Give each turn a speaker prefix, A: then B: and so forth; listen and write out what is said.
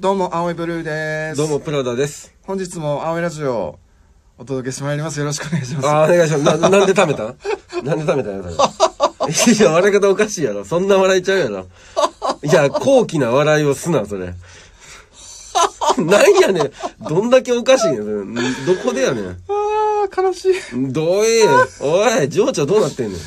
A: どうも、青いブルーです。
B: どうも、。プラダ です。
A: 本日も青いラジオをお届けしてまいります。よろしくお願いします。
B: ああ、お願いします。な、なんで食べたんなんで食べたんや、多分いや、笑い方おかしいやろ。そんな笑いちゃうやろ。いや、高貴な笑いをすな、それ。 なんやねん。どんだけおかしいんや、それ。んどこでやね
A: あー、悲しい。
B: ん。どうええ。おい、情緒どうなってんの